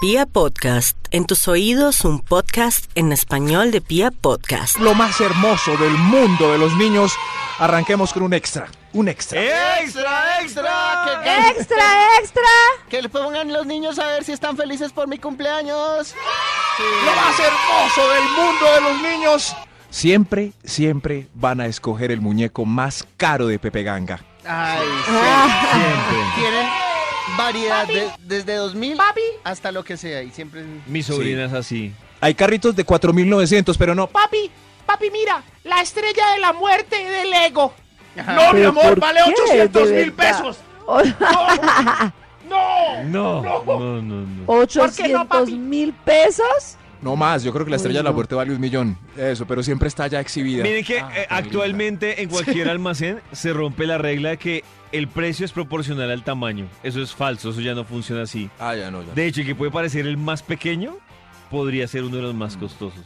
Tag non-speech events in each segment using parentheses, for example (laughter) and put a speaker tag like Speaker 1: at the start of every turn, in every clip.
Speaker 1: Pia Podcast, en tus oídos un podcast en español de Pia Podcast.
Speaker 2: lo más hermoso del mundo de los niños, arranquemos con un extra. Un extra.
Speaker 3: ¡Extra, extra! ¡Que,
Speaker 4: ¡Eh! (laughs)
Speaker 3: gan-
Speaker 4: ¡Extra, extra!
Speaker 3: que le pongan los niños a ver si están felices por mi cumpleaños.
Speaker 2: Lo más hermoso del mundo de los niños. Siempre, siempre van a escoger el muñeco más caro de Pepe Ganga.
Speaker 3: Ay, sí.
Speaker 4: Ah.
Speaker 2: Siempre.
Speaker 3: Tienen variedad de- desde 2000 hasta lo que sea. Y siempre.
Speaker 5: Mi sobrina es así.
Speaker 2: Hay carritos de 4.900, pero no.
Speaker 6: Papi, papi, mira, la estrella de la muerte del Lego.
Speaker 3: Ajá.
Speaker 4: mi amor, vale 800 mil pesos.
Speaker 5: No, no, no, no.
Speaker 4: ¿800 mil pesos?
Speaker 2: No más, yo creo que la estrella de la muerte vale un millón. Eso, pero siempre está ya exhibida.
Speaker 5: Miren que
Speaker 2: Ah,
Speaker 5: eh,
Speaker 2: tan
Speaker 5: actualmente en cualquier almacén se rompe la regla de que el precio es proporcional al tamaño. Eso es falso, eso ya no funciona así.
Speaker 2: linda. Ah, ya no, ya. no.
Speaker 5: De hecho, el que puede parecer el más pequeño podría ser uno de los
Speaker 2: Mm.
Speaker 5: más costosos.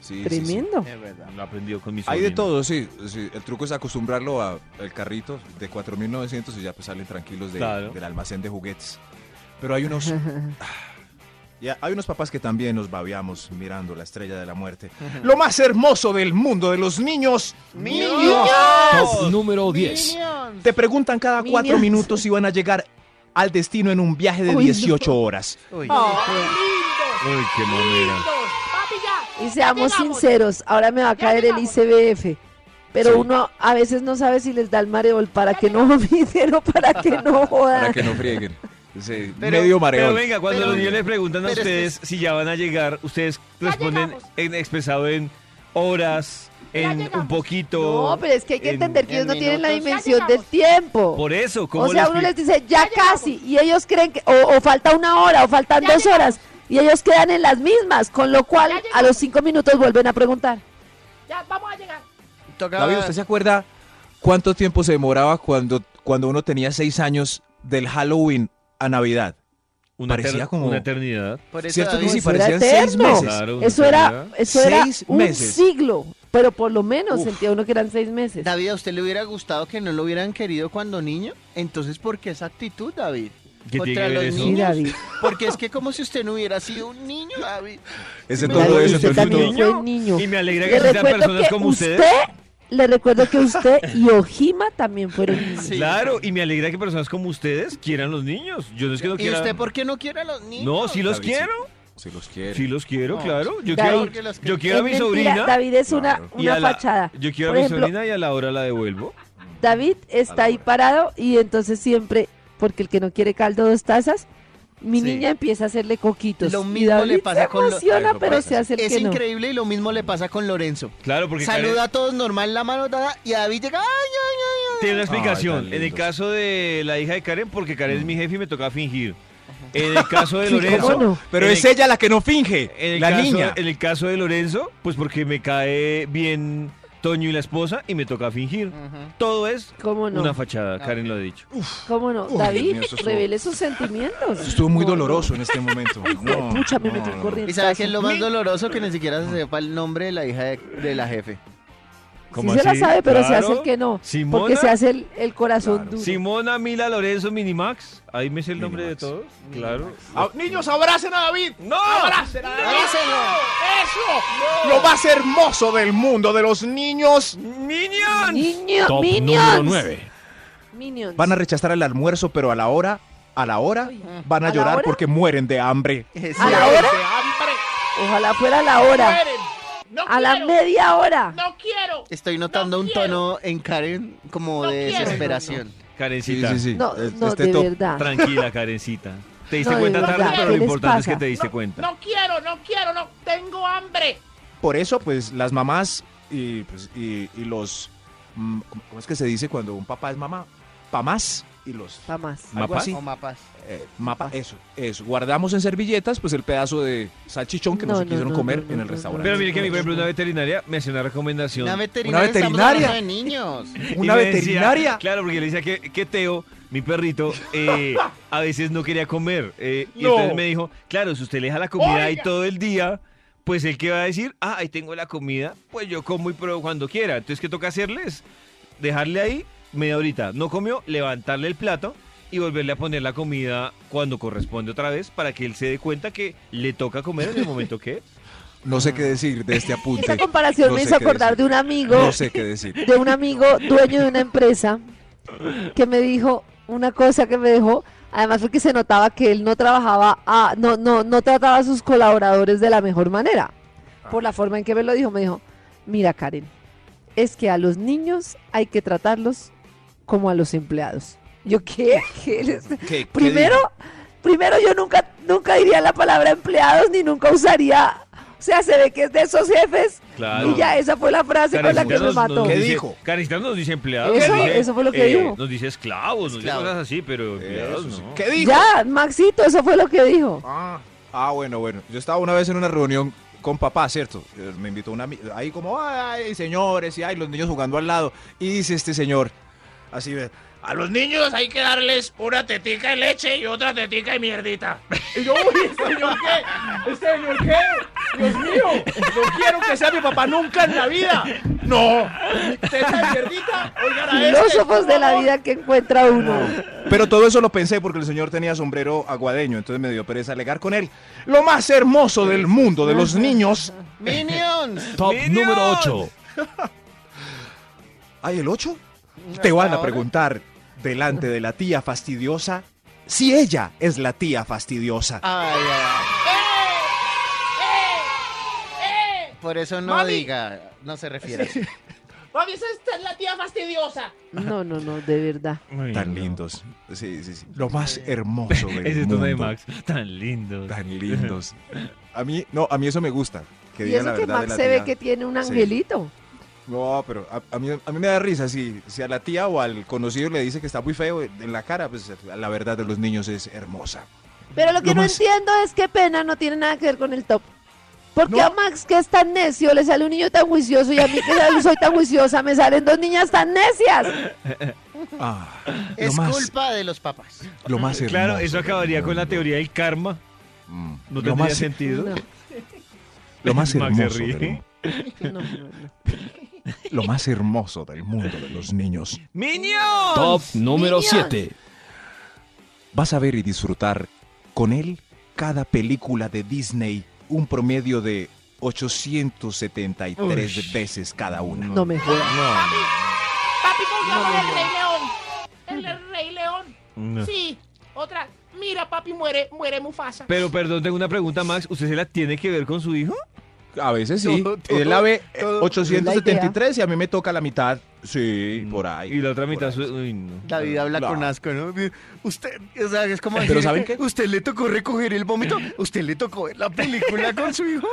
Speaker 2: Sí, sí, sí.
Speaker 4: Tremendo.
Speaker 3: Es verdad.
Speaker 5: Lo he aprendido con mi sobrina.
Speaker 2: Hay de todo, sí, sí. El truco es acostumbrarlo a- al carrito de 4.900 y ya pues salen tranquilos de-
Speaker 5: Claro.
Speaker 2: del almacén de juguetes. Pero hay (laughs) unos... y hay unos papás que también nos babeamos mirando la estrella de la muerte. Lo más hermoso del mundo de los niños.
Speaker 3: ¡Niños!
Speaker 2: Top número
Speaker 3: Minions.
Speaker 2: Te preguntan cada cuatro
Speaker 4: Niños.
Speaker 2: minutos si van a llegar al destino en un viaje de
Speaker 4: Uy, no.
Speaker 2: 18 horas.
Speaker 3: Uy,
Speaker 6: Oh.
Speaker 5: Uy, qué mamera.
Speaker 6: Papi, ya.
Speaker 4: Y seamos
Speaker 6: llegamos.
Speaker 4: sinceros, ahora me va a
Speaker 6: Ya
Speaker 4: caer el
Speaker 6: llegamos.
Speaker 4: ICBF. Pero uno a veces no sabe si les da el mareol para que no (laughs) vomiten o para que no
Speaker 2: Para
Speaker 4: jodan.
Speaker 2: que no frieguen. Sí,
Speaker 3: Pero-
Speaker 2: medio
Speaker 5: Pero
Speaker 2: mareón.
Speaker 5: venga, cuando
Speaker 3: Pero-
Speaker 5: los niños les preguntan a
Speaker 3: pero es que
Speaker 5: ustedes si ya van a llegar, ustedes responden
Speaker 6: llegamos.
Speaker 5: en, expresado en horas,
Speaker 6: Ya
Speaker 5: en un
Speaker 6: llegamos.
Speaker 5: poquito.
Speaker 4: No, pero es que hay que
Speaker 5: en-
Speaker 4: entender que
Speaker 3: en
Speaker 4: ellos no tienen la
Speaker 3: minutos.
Speaker 6: Ya
Speaker 4: dimensión del
Speaker 6: llegamos.
Speaker 4: tiempo.
Speaker 5: Por eso, ¿cómo
Speaker 4: O sea,
Speaker 5: le
Speaker 4: uno les
Speaker 5: expli-
Speaker 4: dice ya
Speaker 6: Ya
Speaker 4: casi y ellos creen que o, o falta una hora o faltan
Speaker 6: Ya
Speaker 4: dos
Speaker 6: llegamos.
Speaker 4: horas y ellos quedan en las mismas, con lo cual
Speaker 6: Ya
Speaker 4: a
Speaker 6: llegamos.
Speaker 4: los cinco minutos vuelven a preguntar.
Speaker 6: Ya, vamos a llegar.
Speaker 3: Tocaba-
Speaker 2: David, ¿usted se acuerda cuánto tiempo se demoraba cuando, cuando uno tenía seis años del Halloween a Navidad?
Speaker 5: una, eter-
Speaker 2: parecía como-
Speaker 5: una eternidad.
Speaker 3: Por eso,
Speaker 2: ¿Cierto que
Speaker 3: David,
Speaker 2: sí?
Speaker 4: Eso era
Speaker 2: Parecían seis
Speaker 4: eterno.
Speaker 2: meses.
Speaker 5: Claro,
Speaker 4: eso
Speaker 5: una
Speaker 4: era,
Speaker 5: eternidad.
Speaker 4: eso era
Speaker 2: Seis
Speaker 4: un
Speaker 2: meses.
Speaker 4: siglo, pero por lo menos
Speaker 2: Uf.
Speaker 4: sentía uno que eran seis meses.
Speaker 3: David, ¿a usted le hubiera gustado que no lo hubieran querido cuando niño? Entonces, ¿por qué esa actitud, David?
Speaker 5: ¿Qué tiene
Speaker 3: Contra
Speaker 5: que ver
Speaker 3: los
Speaker 5: eso?
Speaker 4: Sí,
Speaker 3: niños.
Speaker 4: David.
Speaker 3: Porque es que como si usted no hubiera sido un niño, David.
Speaker 2: Ese
Speaker 3: Me
Speaker 2: tono
Speaker 3: da
Speaker 2: de
Speaker 4: David,
Speaker 2: ese
Speaker 4: usted
Speaker 2: tono.
Speaker 4: también fue niño.
Speaker 5: Y me alegra que
Speaker 4: Le
Speaker 5: existan
Speaker 4: recuerdo
Speaker 5: personas
Speaker 4: que
Speaker 5: como
Speaker 4: usted,
Speaker 5: ustedes.
Speaker 4: le recuerdo que usted y Ojima también fueron niños.
Speaker 3: Sí.
Speaker 5: Claro, y me alegra que personas como ustedes quieran los niños. Yo no es que no
Speaker 3: ¿Y
Speaker 5: quiera.
Speaker 3: usted por qué no quiere a los niños?
Speaker 5: No, sí los
Speaker 2: David, sí.
Speaker 5: quiero.
Speaker 2: Si los quiere.
Speaker 5: Sí los quiero,
Speaker 3: No,
Speaker 5: claro. Yo
Speaker 4: David.
Speaker 5: quiero,
Speaker 3: Porque los
Speaker 5: yo
Speaker 3: que-
Speaker 5: quiero a
Speaker 4: Es
Speaker 5: mi
Speaker 4: mentira,
Speaker 5: sobrina.
Speaker 4: David es una,
Speaker 2: Claro.
Speaker 5: y
Speaker 4: una
Speaker 5: a la-
Speaker 4: fachada.
Speaker 5: Yo quiero a
Speaker 4: Por
Speaker 5: mi
Speaker 4: ejemplo,
Speaker 5: sobrina y a la hora la devuelvo.
Speaker 4: David está ahí parado y entonces siempre, porque el que no quiere caldo dos tazas, mi
Speaker 3: Sí.
Speaker 4: niña empieza a hacerle coquitos.
Speaker 3: Lo
Speaker 4: Y
Speaker 3: mismo
Speaker 4: David
Speaker 3: le pasa
Speaker 4: se
Speaker 3: con lo-
Speaker 4: emociona,
Speaker 2: Eso
Speaker 4: pero
Speaker 2: pasa,
Speaker 4: se hace el
Speaker 3: Es
Speaker 4: que no.
Speaker 3: increíble y lo mismo le pasa con Lorenzo.
Speaker 5: Claro, porque
Speaker 3: Saluda
Speaker 5: Karen
Speaker 3: a todos normal la mano dada y David llega. ¡Ay, ay, ay,
Speaker 5: tiene una
Speaker 2: Ay, tan
Speaker 5: explicación. En el
Speaker 2: lindos. Mm.
Speaker 5: caso de la hija de Karen, porque Karen es mi jefe y me toca fingir. En el caso de Lorenzo.
Speaker 4: ¿Cómo no?
Speaker 2: Pero
Speaker 5: en
Speaker 2: es
Speaker 5: el-
Speaker 2: ella la que no finge.
Speaker 5: En el
Speaker 2: la
Speaker 5: caso-
Speaker 2: niña.
Speaker 5: En el caso de Lorenzo, pues porque me cae bien Toño y la esposa y me toca fingir.
Speaker 3: ay! Ujú.
Speaker 5: Todo es
Speaker 4: ¿Cómo no?
Speaker 5: una fachada, Karen lo ha dicho.
Speaker 4: ¿Cómo no?
Speaker 2: Uy, Dios
Speaker 4: David,
Speaker 2: mío, eso estuvo-
Speaker 4: revele sus sentimientos.
Speaker 2: Eso estuvo muy
Speaker 4: No, no.
Speaker 2: doloroso en este momento. No,
Speaker 4: pucha, me
Speaker 2: no,
Speaker 4: metió
Speaker 2: no, no.
Speaker 4: corriendo.
Speaker 3: ¿Y sabe qué es lo más doloroso? Que ni siquiera se sepa el nombre de la hija de, de la jefe.
Speaker 5: ¿Cómo
Speaker 4: sí se la
Speaker 5: así?
Speaker 4: sabe, pero se hace
Speaker 5: Claro.
Speaker 4: el que no.
Speaker 5: Simona.
Speaker 4: Porque se hace el, el corazón
Speaker 2: Claro.
Speaker 4: duro.
Speaker 5: Simona, Mila, Lorenzo, Minimax. Ahí me sé el nombre de
Speaker 2: Minimax.
Speaker 5: todos. Claro.
Speaker 2: Ah,
Speaker 6: Niños, abracen a David.
Speaker 5: ¡No!
Speaker 6: Abracen a David.
Speaker 2: Lo más hermoso del mundo de los niños.
Speaker 5: ¡Minion!
Speaker 4: Niño,
Speaker 7: Top
Speaker 4: Minions.
Speaker 7: número 9.
Speaker 4: Minions.
Speaker 2: Van a rechazar el almuerzo, pero a la hora, a la hora, van a,
Speaker 4: ¿A la
Speaker 2: llorar
Speaker 4: hora?
Speaker 2: porque mueren de hambre.
Speaker 3: Es-
Speaker 4: ¿A la hora?
Speaker 2: este
Speaker 4: Ojalá fuera a la hora. A la media hora.
Speaker 6: No quiero.
Speaker 3: Estoy notando
Speaker 6: No
Speaker 3: un
Speaker 6: quiero.
Speaker 3: tono en Karen como
Speaker 6: No
Speaker 3: de
Speaker 6: quiero.
Speaker 3: desesperación.
Speaker 5: Karencita.
Speaker 4: No,
Speaker 2: Es-
Speaker 4: no,
Speaker 2: este
Speaker 4: de
Speaker 2: top-
Speaker 4: verdad.
Speaker 5: Tranquila, Karencita. Te diste
Speaker 4: No, de
Speaker 5: cuenta
Speaker 4: verdad,
Speaker 5: tarde, pero lo
Speaker 4: ¿qué les
Speaker 5: importante es que
Speaker 4: pasa?
Speaker 5: te diste
Speaker 6: No,
Speaker 5: cuenta.
Speaker 6: No quiero, no quiero, no. Tengo hambre.
Speaker 2: Por eso, pues, las mamás y, pues, y, y los... mm, ¿Cómo es que se dice cuando un papá es mamá? Pamás y los...
Speaker 4: Pa' más.
Speaker 2: algo
Speaker 5: ¿Mapás?
Speaker 2: así.
Speaker 3: O mapas.
Speaker 2: Eh, mapa, eso, eso. Guardamos en servilletas, pues, el pedazo de salchichón que no,
Speaker 4: No,
Speaker 2: se
Speaker 4: no,
Speaker 2: quisieron
Speaker 4: no,
Speaker 2: comer
Speaker 4: no, no,
Speaker 2: en
Speaker 4: no,
Speaker 2: el
Speaker 4: no,
Speaker 2: restaurante.
Speaker 5: Pero mire que mi por ejemplo, una veterinaria me hacía una recomendación.
Speaker 3: Una veterinaria. estamos
Speaker 2: veterinaria.
Speaker 3: hablando de niños.
Speaker 5: Y
Speaker 2: ¿Una
Speaker 5: me decía-
Speaker 2: veterinaria?
Speaker 5: claro, porque le decía que, que Teo, mi perrito, eh, a veces no quería comer. eh, Y
Speaker 2: No.
Speaker 5: entonces me dijo, claro, si usted le deja la comida ahí
Speaker 6: Oiga.
Speaker 5: todo el día, pues él que va a decir, ah, ahí tengo la comida, pues yo como y pruebo cuando quiera. Entonces, ¿qué toca hacerles? Dejarle ahí media horita. No comió, levantarle el plato y volverle a poner la comida cuando corresponde otra vez para que él se dé cuenta que le toca comer en el momento que es.
Speaker 2: No sé qué decir de este apunte.
Speaker 4: Esta comparación
Speaker 2: No
Speaker 4: me
Speaker 2: sé
Speaker 4: hizo
Speaker 2: qué
Speaker 4: acordar de
Speaker 2: decir.
Speaker 4: un amigo,
Speaker 2: No sé qué decir.
Speaker 4: de un amigo dueño de una empresa que me dijo una cosa que me dejó, además fue que se notaba que él no trabajaba, a- no, no, no trataba a sus colaboradores de la mejor manera. Por la forma en que me lo dijo, me dijo, mira Karen, es que a los niños hay que tratarlos como a los empleados. Yo qué, ¿Qué les-
Speaker 2: ¿Qué- qué
Speaker 4: Primero,
Speaker 2: dijo?
Speaker 4: primero yo nunca, nunca diría la palabra empleados ni nunca usaría. O sea, se ve que es de esos jefes.
Speaker 5: Claro.
Speaker 4: Y ya esa fue la (laughs) frase con la que me mató.
Speaker 2: ¿Qué
Speaker 5: dice,
Speaker 2: dijo?
Speaker 5: Karencita nos dice empleados.
Speaker 4: Eso,
Speaker 5: nos dice,
Speaker 4: eso fue lo que
Speaker 5: eh,
Speaker 4: dijo.
Speaker 5: Nos dice esclavos, nos dice
Speaker 3: Esclavos.
Speaker 5: cosas así, pero empleados
Speaker 2: Eso sí.
Speaker 5: no.
Speaker 2: ¿Qué dijo?
Speaker 4: Ya, Maxito, eso fue lo que dijo.
Speaker 2: Ah, ah, bueno, bueno. Yo estaba una vez en una reunión con papá, ¿cierto? Eh, Me invitó una ami- ahí como, ay, señores, y ay, los niños jugando al lado. Y dice este señor, así ve, a los niños hay que darles una tetica de leche y otra tetica de mierdita. Y yo, uy, ¿este señor, ¿qué? ¿Este señor qué? Dios mío, no quiero que sea mi papá nunca en la vida. No, teta de mierdita, oigan a este,
Speaker 4: Filósofos
Speaker 2: por
Speaker 4: de la
Speaker 2: favor".
Speaker 4: vida que encuentra uno.
Speaker 2: Pero todo eso lo pensé porque el señor tenía sombrero aguadeño, entonces me dio pereza alegar con él. Lo más hermoso del mundo de los niños.
Speaker 3: Minions.
Speaker 7: Top número 8.
Speaker 2: ¿Ay, el 8? Te van a preguntar delante de la tía fastidiosa si ella es la tía fastidiosa.
Speaker 4: Ah.
Speaker 3: Ay, ay,
Speaker 6: ¡Eh!
Speaker 3: ay. Por eso no
Speaker 6: Mami.
Speaker 3: diga, no se refiere. así.
Speaker 6: Mami, esta es la tía fastidiosa.
Speaker 4: No, no, no, de verdad.
Speaker 5: Ay,
Speaker 2: Tan
Speaker 5: no.
Speaker 2: lindos. Sí, sí, sí. Lo más hermoso (laughs) del
Speaker 5: Ese es
Speaker 2: mundo.
Speaker 5: tono de Max. Tan lindo.
Speaker 2: Tan lindos. A mí, no, a mí eso me gusta. Que
Speaker 4: Y
Speaker 2: digan
Speaker 4: eso
Speaker 2: la
Speaker 4: que
Speaker 2: verdad de
Speaker 4: Max
Speaker 2: la
Speaker 4: se ve
Speaker 2: tía.
Speaker 4: que tiene un
Speaker 2: Sí.
Speaker 4: angelito.
Speaker 2: No, pero a, a mí, a mí me da risa si, si a la tía o al conocido le dice que está muy feo en la cara, pues la verdad de los niños es hermosa.
Speaker 4: Pero lo que
Speaker 2: Lo
Speaker 4: no
Speaker 2: más-
Speaker 4: entiendo es que pena no tiene nada que ver con el top. Porque
Speaker 2: No.
Speaker 4: a Max, que es tan necio, le sale un niño tan juicioso y a mí, que soy tan juiciosa, me salen dos niñas tan necias?
Speaker 2: Ah,
Speaker 3: Es
Speaker 2: lo más,
Speaker 3: culpa de los papás.
Speaker 2: lo más hermoso.
Speaker 5: Eh, Claro, eso acabaría con la
Speaker 2: del mundo.
Speaker 5: teoría del karma.
Speaker 2: Mm.
Speaker 5: No
Speaker 2: lo,
Speaker 5: tendría
Speaker 2: más,
Speaker 5: sentido. (laughs)
Speaker 4: No,
Speaker 2: lo más
Speaker 5: Max se
Speaker 2: hermoso
Speaker 5: ríe.
Speaker 2: del, mu-
Speaker 4: no, no, no.
Speaker 2: (laughs) lo más hermoso del mundo de los niños.
Speaker 5: ¡Minions!
Speaker 7: Top número
Speaker 4: Minions.
Speaker 7: 7.
Speaker 2: Vas a ver y disfrutar con él cada película de Disney, un promedio de 873 veces cada una.
Speaker 4: No me jodas.
Speaker 6: Papi, papi, pongamos el Rey León. El, el Rey León.
Speaker 5: No.
Speaker 6: Sí, otra. Mira, papi, muere, muere Mufasa.
Speaker 5: Pero perdón, tengo una pregunta, Max. ¿Usted se la tiene que ver con su hijo?
Speaker 2: A veces sí.
Speaker 3: Todo, todo,
Speaker 2: Él la ve eh,
Speaker 3: todo.
Speaker 2: 873 y a mí me toca la mitad. Sí, por ahí.
Speaker 5: Mm. Y la otra mitad.
Speaker 2: por ahí.
Speaker 5: su- Uy, no.
Speaker 3: David habla
Speaker 2: Claro.
Speaker 3: con asco, ¿no? Usted, o sea, es como
Speaker 2: Pero
Speaker 3: decir,
Speaker 2: ¿saben qué?
Speaker 3: ¿Usted le tocó recoger el vómito? ¿Usted le tocó ver la película con su hijo?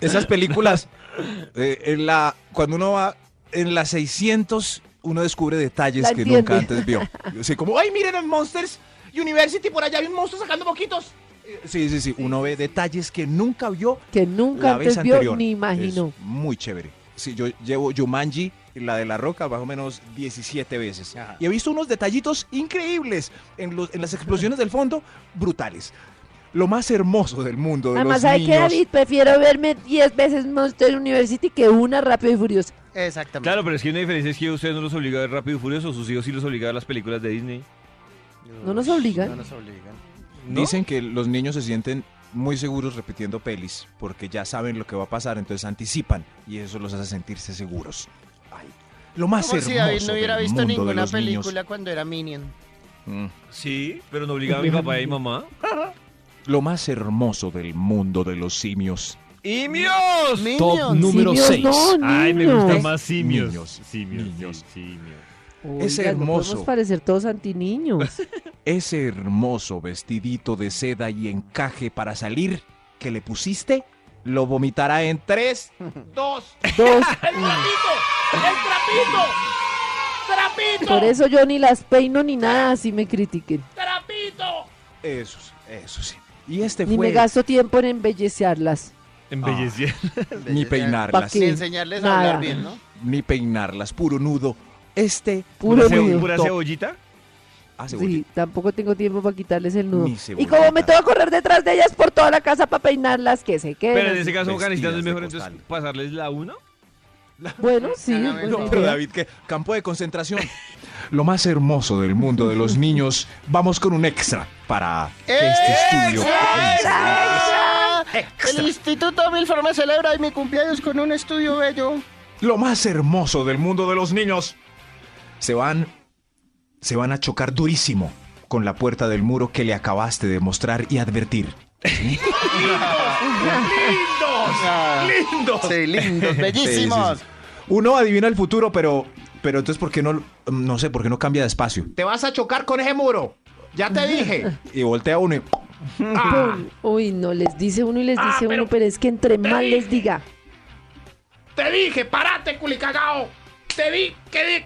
Speaker 2: Esas películas, (laughs) eh, en la, cuando uno va en las 600, uno descubre detalles
Speaker 4: La
Speaker 2: que
Speaker 4: entiende.
Speaker 2: nunca antes
Speaker 4: (laughs)
Speaker 2: vio. Sí, como, ¡ay, miren en Monsters!
Speaker 6: University, por allá hay un monstruo sacando moquitos.
Speaker 2: Eh, Sí, sí, sí. Uno ve detalles que nunca vio
Speaker 4: Que nunca
Speaker 2: la vez
Speaker 4: antes vio
Speaker 2: anterior.
Speaker 4: ni imaginó.
Speaker 2: Es muy chévere. Sí, yo llevo Jumanji, la de la roca, más o menos 17 veces.
Speaker 3: Ajá.
Speaker 2: Y he visto unos detallitos increíbles en, los, en las explosiones del fondo, brutales. Lo más hermoso del mundo de
Speaker 4: Además,
Speaker 2: los
Speaker 4: ¿sabe qué,
Speaker 2: niños.
Speaker 4: David? Prefiero verme 10 veces Monster University que una Rápido y Furioso.
Speaker 3: Exactamente.
Speaker 5: Claro, pero es que una diferencia es que ustedes no los obliga a ver Rápido y Furioso, sus hijos sí los obliga a ver las películas de Disney.
Speaker 4: No nos obligan.
Speaker 3: No nos obligan.
Speaker 5: ¿no?
Speaker 2: Dicen que los niños se sienten muy seguros repitiendo pelis porque ya saben lo que va a pasar, entonces anticipan y eso los hace sentirse seguros. Ay, lo más
Speaker 3: Como
Speaker 2: Pues hermoso
Speaker 3: si David no hubiera
Speaker 2: del
Speaker 3: visto
Speaker 2: mundo de
Speaker 3: ninguna
Speaker 2: los niños.
Speaker 3: película cuando
Speaker 2: (laughs)
Speaker 3: era Minion.
Speaker 2: Mm.
Speaker 5: Sí, pero no obliga a mi papá y a mi mamá.
Speaker 2: Lo más hermoso del mundo de los simios.
Speaker 5: ¡Imios!
Speaker 7: Top
Speaker 3: Minions.
Speaker 7: número
Speaker 4: Simios,
Speaker 7: 6.
Speaker 4: no,
Speaker 5: Ay, me
Speaker 4: niños.
Speaker 5: gustan más simios.
Speaker 2: ¿Eh? Niños.
Speaker 5: Simios.
Speaker 2: Niños.
Speaker 5: sí, simios.
Speaker 4: Oiga,
Speaker 2: Es
Speaker 4: no
Speaker 2: hermoso.
Speaker 4: podemos parecer todos antiniños.
Speaker 2: Ese hermoso vestidito de seda y encaje para salir que le pusiste, lo vomitará en tres.
Speaker 6: Dos.
Speaker 4: Dos.
Speaker 6: El trapito. El trapito. Trapito.
Speaker 4: Por eso yo ni las peino ni nada, así me critiquen.
Speaker 6: Trapito.
Speaker 2: Eso, sí, eso sí. Y este
Speaker 4: Ni
Speaker 2: fue
Speaker 4: me gasto tiempo en embellecerlas.
Speaker 5: Ah,
Speaker 2: (laughs)
Speaker 5: Embellecieron.
Speaker 2: ni
Speaker 4: ¿Pa'
Speaker 2: peinarlas,
Speaker 4: qué?
Speaker 3: Ni enseñarles a
Speaker 4: Nada.
Speaker 3: hablar bien, ¿no?
Speaker 2: ni peinarlas, puro nudo. Este
Speaker 4: Puro
Speaker 5: ¿Pura, cebo-
Speaker 4: nudo.
Speaker 5: pura
Speaker 2: Top.
Speaker 5: cebollita?
Speaker 2: Ah,
Speaker 4: Sí,
Speaker 2: cebollita.
Speaker 4: tampoco tengo tiempo para quitarles el nudo.
Speaker 2: Ni
Speaker 4: Y como
Speaker 2: cebollita.
Speaker 4: me toca correr detrás de ellas por toda la casa para peinarlas, que se
Speaker 5: Pero en
Speaker 4: queden.
Speaker 5: ese caso,
Speaker 2: Vestidas
Speaker 5: Karencita, ¿no es
Speaker 2: de
Speaker 5: mejor
Speaker 2: costal.
Speaker 5: entonces pasarles la 1?
Speaker 4: Bueno, sí.
Speaker 3: Hágame
Speaker 4: buena
Speaker 3: el
Speaker 2: No,
Speaker 3: favor.
Speaker 2: pero
Speaker 4: idea.
Speaker 2: David, ¿qué? Campo de concentración. Lo más hermoso del mundo de los niños. Vamos con un extra para que este estudio.
Speaker 3: El Instituto Milforme celebra hoy mi cumpleaños con un estudio bello.
Speaker 2: Lo más hermoso del mundo de los niños. Se van. Se van a chocar durísimo con la puerta del muro que le acabaste de mostrar y advertir.
Speaker 3: ¡Lindos! Ah.
Speaker 2: (laughs)
Speaker 3: Sí, lindos, bellísimos.
Speaker 2: Sí, sí, sí. Uno adivina el futuro, pero. Pero entonces, ¿por qué no? No sé, ¿por qué no cambia de espacio?
Speaker 8: Te vas a chocar con ese muro. Ya te
Speaker 4: (laughs)
Speaker 8: dije. Ah,
Speaker 2: Y voltea uno y.
Speaker 4: Pum. Uy, no, les dice uno y les dice uno, pero es que entre mal les diga.
Speaker 8: Te dije, parate, culicagao. Te di, que di.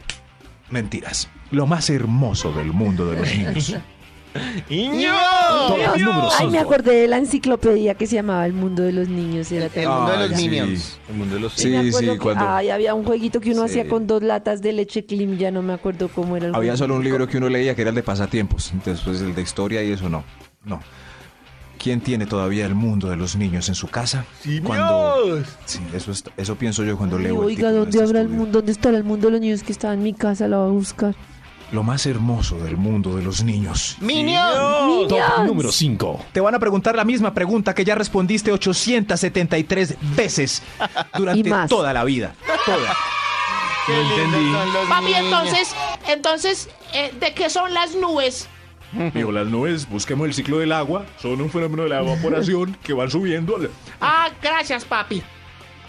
Speaker 2: Mentiras. Lo más hermoso del mundo de los niños.
Speaker 7: Todos los números
Speaker 4: Ay, me
Speaker 7: son-
Speaker 4: acordé de la enciclopedia que se llamaba El Mundo de los Niños. Era
Speaker 3: El mundo de
Speaker 2: Ay,
Speaker 3: los
Speaker 2: sí.
Speaker 3: Minions.
Speaker 5: El mundo de los
Speaker 4: Y me
Speaker 2: Sí,
Speaker 4: acuerdo
Speaker 2: sí,
Speaker 4: que-
Speaker 2: cuando
Speaker 4: Ay, había un jueguito que uno
Speaker 2: Sí.
Speaker 4: hacía con dos latas de leche clim, ya no me acuerdo cómo era el
Speaker 2: había
Speaker 4: juego.
Speaker 2: solo un libro que uno leía que era el de pasatiempos. Entonces, pues el de historia y eso no. No. ¿Quién tiene todavía el mundo de los niños en su casa? Cuando, sí, eso, es- eso pienso yo cuando
Speaker 4: Ay,
Speaker 2: leo. el
Speaker 4: Oiga,
Speaker 2: título de
Speaker 4: ¿dónde
Speaker 2: este
Speaker 4: habrá el
Speaker 2: estudio.
Speaker 4: mundo? ¿Dónde estará el mundo de los niños que estaba en mi casa? La voy a buscar.
Speaker 2: Lo más hermoso del mundo de los niños.
Speaker 3: ¡Minions!
Speaker 7: Top
Speaker 4: Minions.
Speaker 7: número 5.
Speaker 2: Te van a preguntar la misma pregunta que ya respondiste 873 veces durante
Speaker 4: Y más.
Speaker 2: toda la vida. Toda.
Speaker 5: Lo entendí.
Speaker 4: Pues,
Speaker 6: Papi, entonces, entonces, eh, ¿de qué son las nubes?
Speaker 2: Digo, las nubes, busquemos el ciclo del agua, son un fenómeno de la evaporación que van subiendo al-
Speaker 6: Ah, gracias, papi.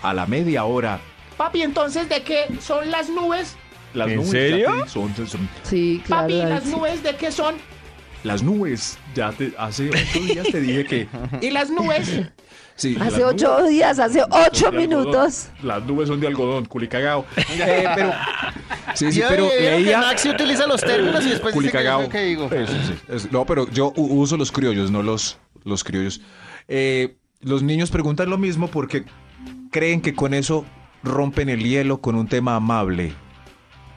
Speaker 2: a la media hora.
Speaker 6: Papi, entonces, ¿de qué son las nubes?
Speaker 2: Las
Speaker 5: ¿En
Speaker 2: nubes ya
Speaker 5: serio?
Speaker 2: te- son- son-
Speaker 4: Sí, claro.
Speaker 6: Papi,
Speaker 4: David,
Speaker 6: ¿las
Speaker 4: sí.
Speaker 6: nubes de qué son?
Speaker 2: las nubes, ya te, hace ocho días te dije
Speaker 4: (laughs)
Speaker 2: que...
Speaker 6: ¿Y las nubes?
Speaker 2: Sí,
Speaker 4: Hace
Speaker 2: las
Speaker 4: ocho
Speaker 2: nubes
Speaker 4: días, hace
Speaker 2: son
Speaker 4: ocho
Speaker 2: de algodón.
Speaker 4: minutos.
Speaker 2: Las nubes son de algodón,
Speaker 4: (laughs)
Speaker 2: culicagao. Eh, pero... Sí, sí,
Speaker 3: Yo
Speaker 2: pero
Speaker 3: veo que
Speaker 2: leía...
Speaker 3: Maxi utiliza los términos y después dice que yo
Speaker 2: Culicagao. Eh,
Speaker 3: sé lo que digo.
Speaker 2: Eso sí. Es- no, pero yo u- uso los criollos, no los, los criollos. Eh, los niños preguntan lo mismo porque creen que con eso rompen el hielo con un tema amable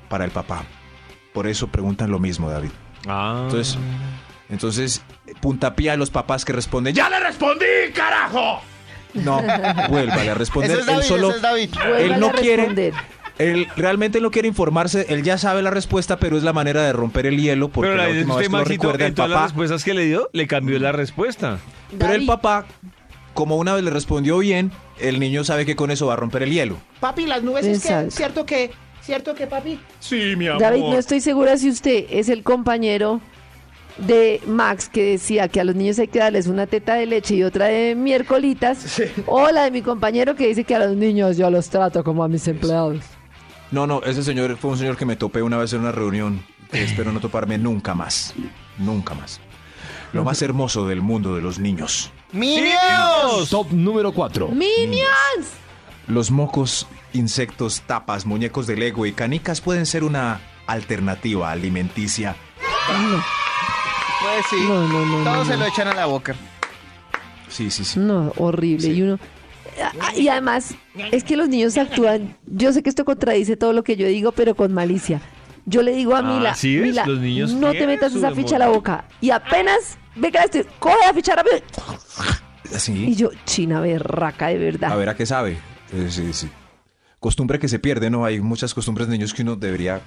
Speaker 2: para el papá. Por eso preguntan lo mismo, David.
Speaker 5: Ah.
Speaker 2: Entonces, entonces puntapié a los papás que responden, ¡Ya le respondí, carajo! No, vuélvale a responder.
Speaker 3: Ese es David,
Speaker 2: él solo,
Speaker 3: ese es David.
Speaker 4: Vuelvan
Speaker 2: no
Speaker 4: a
Speaker 2: quiere-
Speaker 4: responder.
Speaker 2: él realmente no quiere informarse, él ya sabe la respuesta, pero es la manera de romper el hielo porque
Speaker 5: Pero la
Speaker 2: la última vez
Speaker 5: usted,
Speaker 2: que lo
Speaker 5: Maxito,
Speaker 2: recuerda el
Speaker 5: en todas las
Speaker 2: papá Mm.
Speaker 5: respuestas que le dio, le cambió la respuesta.
Speaker 2: Pero el
Speaker 4: David,
Speaker 2: papá, como una vez le respondió bien, el niño sabe que con eso va a romper el hielo.
Speaker 6: Papi, las nubes es que,
Speaker 4: Exacto.
Speaker 6: ¿cierto que? ¿Cierto que, papi?
Speaker 2: Sí, mi
Speaker 4: David, no estoy segura si usted es el compañero de Max que decía que a los niños hay que darles una teta de leche y otra de miércolitas, o la de mi compañero que dice que a los niños yo los trato como a mis empleados.
Speaker 2: no, no, ese señor fue un señor que me topé una vez en una reunión. que Espero no toparme nunca más. Nunca más. Lo más hermoso del mundo de los niños.
Speaker 3: ¡Minions!
Speaker 7: Top número 4.
Speaker 4: ¡Minions!
Speaker 2: Los mocos, insectos, tapas, muñecos de Lego y canicas pueden ser una alternativa alimenticia.
Speaker 3: Pues sí.
Speaker 4: No, no, no, no,
Speaker 3: Todos se
Speaker 4: no.
Speaker 3: lo echan a la boca.
Speaker 2: Sí, sí, sí.
Speaker 4: No, horrible. Y uno. ah, Y además, es que los niños actúan. Yo sé que esto contradice todo lo que yo digo, pero con malicia. Yo le digo a
Speaker 5: Ah,
Speaker 4: Mila,
Speaker 5: ¿sí ves?
Speaker 4: Mila,
Speaker 5: Los niños
Speaker 4: no te
Speaker 5: tienen
Speaker 4: metas
Speaker 5: su
Speaker 4: esa ficha a la
Speaker 5: demonio.
Speaker 4: boca. Y apenas, ve que la estoy- coge la ficha rápido. Y
Speaker 2: Sí.
Speaker 4: yo, China berraca, de verdad.
Speaker 2: A ver a qué sabe. Eh, sí, sí. Costumbre que se pierde, ¿no? Hay muchas costumbres de niños que uno debería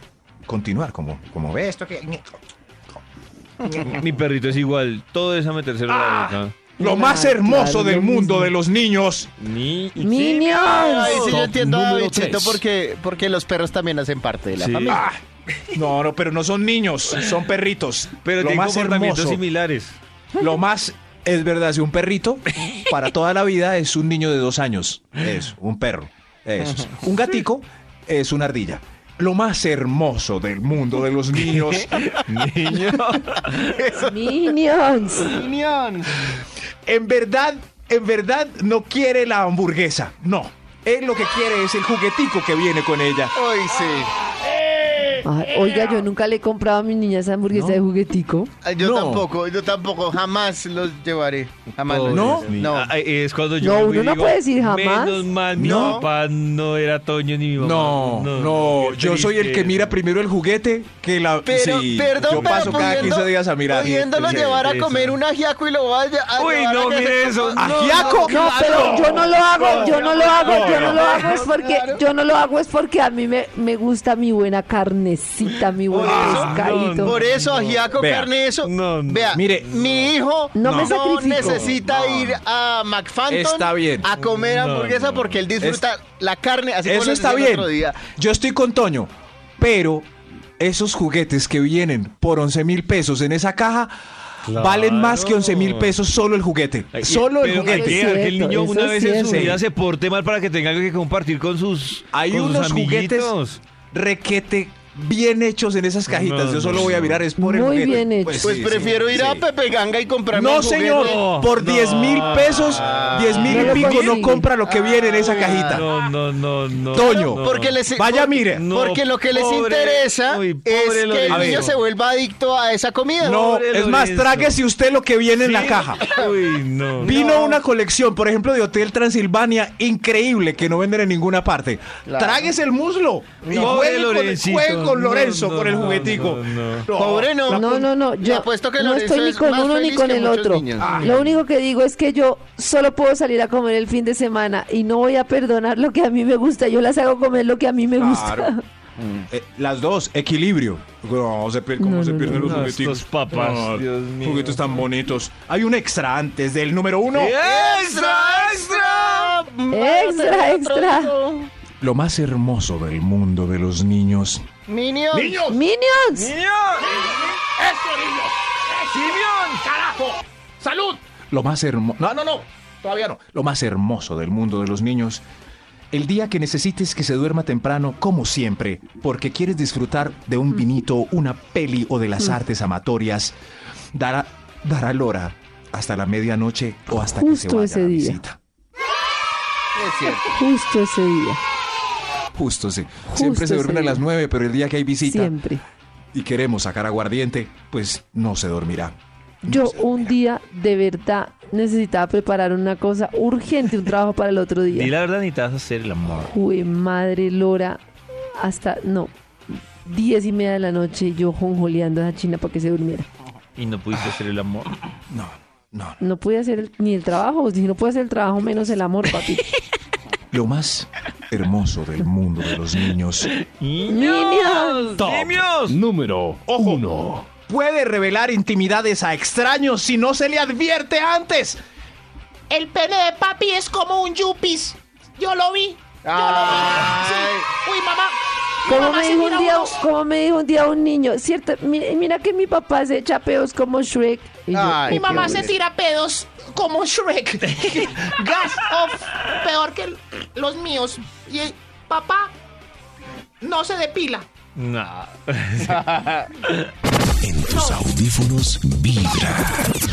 Speaker 2: continuar, como, como ve.
Speaker 8: Esto que.
Speaker 5: Mi perrito es igual, todo es a meterse en la boca.
Speaker 2: Lo
Speaker 4: Ah,
Speaker 2: más
Speaker 4: claro,
Speaker 2: hermoso
Speaker 4: lo
Speaker 2: del mundo
Speaker 4: mismo.
Speaker 2: de los niños.
Speaker 5: Ni...
Speaker 4: ¡Minions!
Speaker 3: Ay,
Speaker 7: Top
Speaker 3: sí, yo entiendo a
Speaker 7: número
Speaker 3: Davidcito
Speaker 7: tres.
Speaker 3: porque, porque los perros también hacen parte de la
Speaker 5: Sí. Ah,
Speaker 3: familia.
Speaker 2: No, no, pero no son niños, son perritos.
Speaker 5: Pero
Speaker 2: lo
Speaker 5: tiene
Speaker 2: más
Speaker 5: comportamientos
Speaker 2: hermoso,
Speaker 5: similares.
Speaker 2: lo más es verdad, si un perrito para toda la vida es un niño de dos años, es un perro, eso. es. Un gatico es una ardilla. Lo más hermoso del mundo de los
Speaker 4: (laughs)
Speaker 2: niños.
Speaker 5: Niño. (laughs)
Speaker 4: ¡Minions!
Speaker 3: ¡Minions!
Speaker 2: En verdad, en verdad no quiere la hamburguesa, no. Él lo que quiere es el juguetico que viene con ella.
Speaker 3: Hoy sí.
Speaker 4: Ay, oiga, yo nunca le he comprado a mi niña esa hamburguesa de juguetico.
Speaker 3: Ay, Yo
Speaker 2: No.
Speaker 3: tampoco, yo tampoco, jamás los llevaré. Jamás. los
Speaker 2: ¿No?
Speaker 3: llevaré.
Speaker 5: No. Ah,
Speaker 3: No.
Speaker 5: es cuando yo
Speaker 4: No,
Speaker 5: vengo y
Speaker 4: uno no
Speaker 5: digo,
Speaker 4: puede decir jamás.
Speaker 5: Menos mal, mi
Speaker 2: No.
Speaker 5: papá no era Toño ni mi mamá.
Speaker 2: No, no,
Speaker 5: qué
Speaker 2: yo soy el que
Speaker 5: tristeza.
Speaker 2: mira primero el juguete que la.
Speaker 3: Pero,
Speaker 2: sí,
Speaker 3: perdón,
Speaker 2: yo
Speaker 3: pero
Speaker 2: paso cada
Speaker 3: pudiendo-
Speaker 2: 15 días a mirar.
Speaker 3: pudiéndolo
Speaker 2: Sí,
Speaker 3: llevar a
Speaker 5: sí,
Speaker 3: comer
Speaker 5: sí.
Speaker 3: un ajiaco y lo vaya a
Speaker 5: Uy,
Speaker 3: llevar a
Speaker 5: no,
Speaker 3: que se
Speaker 5: mire eso. No,
Speaker 2: ¡Ajiaco!
Speaker 4: No, pero yo no lo hago, yo no lo hago, yo no lo hago es porque yo no lo hago es porque a mí me, me gusta mi buena carnecita, mi buen
Speaker 5: Ah, no,
Speaker 4: pescadito.
Speaker 3: Por eso, ajiaco,
Speaker 2: Vea.
Speaker 3: carne, eso.
Speaker 5: No, no.
Speaker 3: Vea,
Speaker 2: Mire.
Speaker 3: mi hijo
Speaker 4: No
Speaker 3: no,
Speaker 4: me sacrifico.
Speaker 3: necesita ir a McFanton
Speaker 2: Está bien.
Speaker 3: a comer
Speaker 5: No,
Speaker 3: hamburguesa
Speaker 5: no.
Speaker 3: porque él disfruta la carne. Así como
Speaker 2: Eso
Speaker 3: les
Speaker 2: está
Speaker 3: decía el
Speaker 2: bien.
Speaker 3: otro día.
Speaker 2: Yo estoy con Toño, pero esos juguetes que vienen por 11 mil pesos en esa caja valen más que 11 mil pesos solo el juguete.
Speaker 5: Ay,
Speaker 2: Solo el
Speaker 5: pero hay que
Speaker 2: juguete.
Speaker 4: Eso es
Speaker 5: dejar que el
Speaker 4: cierto,
Speaker 5: niño
Speaker 4: eso
Speaker 5: una
Speaker 4: es
Speaker 5: vez en su
Speaker 4: cierto.
Speaker 5: vida se porte mal para que tenga algo que compartir con sus
Speaker 2: Hay
Speaker 5: con sus
Speaker 2: unos juguetes
Speaker 5: amiguitos.
Speaker 2: requete bien hechos en esas cajitas.
Speaker 5: No,
Speaker 2: Yo solo
Speaker 5: no,
Speaker 2: voy a
Speaker 5: no.
Speaker 2: mirar es por el
Speaker 4: Muy
Speaker 2: juguete.
Speaker 4: bien hecho.
Speaker 3: Pues
Speaker 2: sí,
Speaker 3: prefiero
Speaker 2: sí,
Speaker 3: ir a
Speaker 2: sí.
Speaker 3: Pepe Ganga y comprarme
Speaker 2: No,
Speaker 3: un juguete.
Speaker 2: señor,
Speaker 5: No,
Speaker 2: por
Speaker 5: no.
Speaker 2: 10 mil pesos, 10 mil
Speaker 4: No lo
Speaker 2: y pico
Speaker 4: consigue.
Speaker 2: no compra lo que viene en esa
Speaker 3: Ah.
Speaker 2: cajita.
Speaker 5: No, no, no, no.
Speaker 2: Toño,
Speaker 5: no.
Speaker 3: Porque les,
Speaker 2: Vaya,
Speaker 3: porque-
Speaker 2: mire.
Speaker 5: No,
Speaker 3: porque lo que les
Speaker 5: pobre-
Speaker 3: interesa
Speaker 5: uy,
Speaker 3: es
Speaker 5: pobre
Speaker 3: que
Speaker 5: Lorenzo.
Speaker 3: el niño se vuelva adicto a esa comida.
Speaker 2: No,
Speaker 5: Pobre
Speaker 2: es más,
Speaker 5: Lorenzo.
Speaker 2: tráguese usted lo que viene en la
Speaker 5: Sí.
Speaker 2: caja.
Speaker 5: Uy, no.
Speaker 2: Vino una colección, por ejemplo, de Hotel Transilvania, increíble, que no venden en ninguna parte.
Speaker 3: Claro.
Speaker 2: Tráguese el muslo y
Speaker 5: Pobre
Speaker 2: juegue con, el-
Speaker 5: Lorencito.
Speaker 2: juegue con
Speaker 5: No,
Speaker 2: Lorenzo,
Speaker 5: no,
Speaker 2: con el
Speaker 5: no,
Speaker 2: juguetico.
Speaker 5: no, no.
Speaker 3: Pobre no.
Speaker 4: No, no, no,
Speaker 3: Le
Speaker 4: yo
Speaker 3: apuesto que
Speaker 4: no
Speaker 3: Lorenzo
Speaker 4: estoy ni
Speaker 3: es
Speaker 4: con
Speaker 3: más
Speaker 4: uno ni
Speaker 3: feliz
Speaker 4: con
Speaker 3: que
Speaker 4: el
Speaker 3: muchos
Speaker 4: otro. Ah.
Speaker 3: niños.
Speaker 4: Lo único que digo es que yo solo puedo salir a comer el fin de semana y no voy a perdonar lo que a mí me gusta, yo las hago comer lo que a mí me gusta.
Speaker 2: Claro. Eh, las dos, equilibrio. No, se pier- ¿Cómo
Speaker 4: No,
Speaker 2: se
Speaker 4: no,
Speaker 2: pierden
Speaker 5: no.
Speaker 2: los
Speaker 5: No,
Speaker 2: jugueticos?
Speaker 5: estos papás, Dios mío.
Speaker 2: Juguetes tan bonitos. Hay un extra antes del número uno.
Speaker 5: ¡Extra, extra!
Speaker 4: (laughs) Extra, extra.
Speaker 2: Lo más hermoso del mundo de los niños.
Speaker 3: Minions.
Speaker 8: ¡Niños!
Speaker 4: Minions.
Speaker 5: ¡Niño!
Speaker 8: ¡Eso, niños!
Speaker 5: ¡Simeón!
Speaker 8: ¡Carajo! ¡Salud!
Speaker 2: Lo más hermoso.
Speaker 8: No, no, no. Todavía no.
Speaker 2: Lo más hermoso del mundo de los niños. El día que necesites que se duerma temprano, como siempre, porque quieres disfrutar de
Speaker 4: Mm.
Speaker 2: un vinito, una peli o de las artes amatorias, dará, dará Lora hasta la medianoche o hasta que se
Speaker 4: Justo
Speaker 2: vaya
Speaker 4: ese
Speaker 2: la
Speaker 4: día.
Speaker 2: visita.
Speaker 3: Es cierto.
Speaker 4: Justo ese día,
Speaker 2: Justo, sí.
Speaker 4: Justo
Speaker 2: siempre se
Speaker 4: ese
Speaker 2: duermen a
Speaker 4: día.
Speaker 2: las nueve, pero el día que hay visita
Speaker 4: siempre.
Speaker 2: y queremos sacar aguardiente, pues no se dormirá.
Speaker 4: Yo un día de verdad necesitaba preparar una cosa urgente, un trabajo para el otro
Speaker 5: Di
Speaker 4: día.
Speaker 5: la verdad, ni te vas a hacer el amor.
Speaker 4: Jue madre Lora, hasta no, diez y media de la noche yo jonjoleando a esa china para que se durmiera.
Speaker 5: Y no pudiste hacer el amor.
Speaker 2: No, no, no.
Speaker 4: No pude hacer el- ni el trabajo, si no pude hacer el trabajo menos el amor, papi.
Speaker 2: Lo más hermoso del mundo de los niños.
Speaker 4: ¡Niños!
Speaker 5: ¡Simios!
Speaker 7: Número uno.
Speaker 2: Puede revelar intimidades a extraños si no se le advierte antes.
Speaker 6: El pene de papi es como un yupis. Yo lo vi. Yo lo vi.
Speaker 3: Ay.
Speaker 6: Sí. Uy, mamá. Mi
Speaker 4: Como
Speaker 6: mamá
Speaker 4: me,
Speaker 6: se
Speaker 4: dijo un
Speaker 6: mira
Speaker 4: día,
Speaker 6: unos-
Speaker 4: como me dijo un día un niño, ¿cierto? Mira, mira que mi papá se echa peos como Shrek. Y yo,
Speaker 3: Ay,
Speaker 6: Mi mamá
Speaker 3: qué
Speaker 6: se tira pedos como Shrek. Gas off. Peor que los míos. Y el papá no se depila.
Speaker 5: Nah.
Speaker 9: En tus audífonos vibra.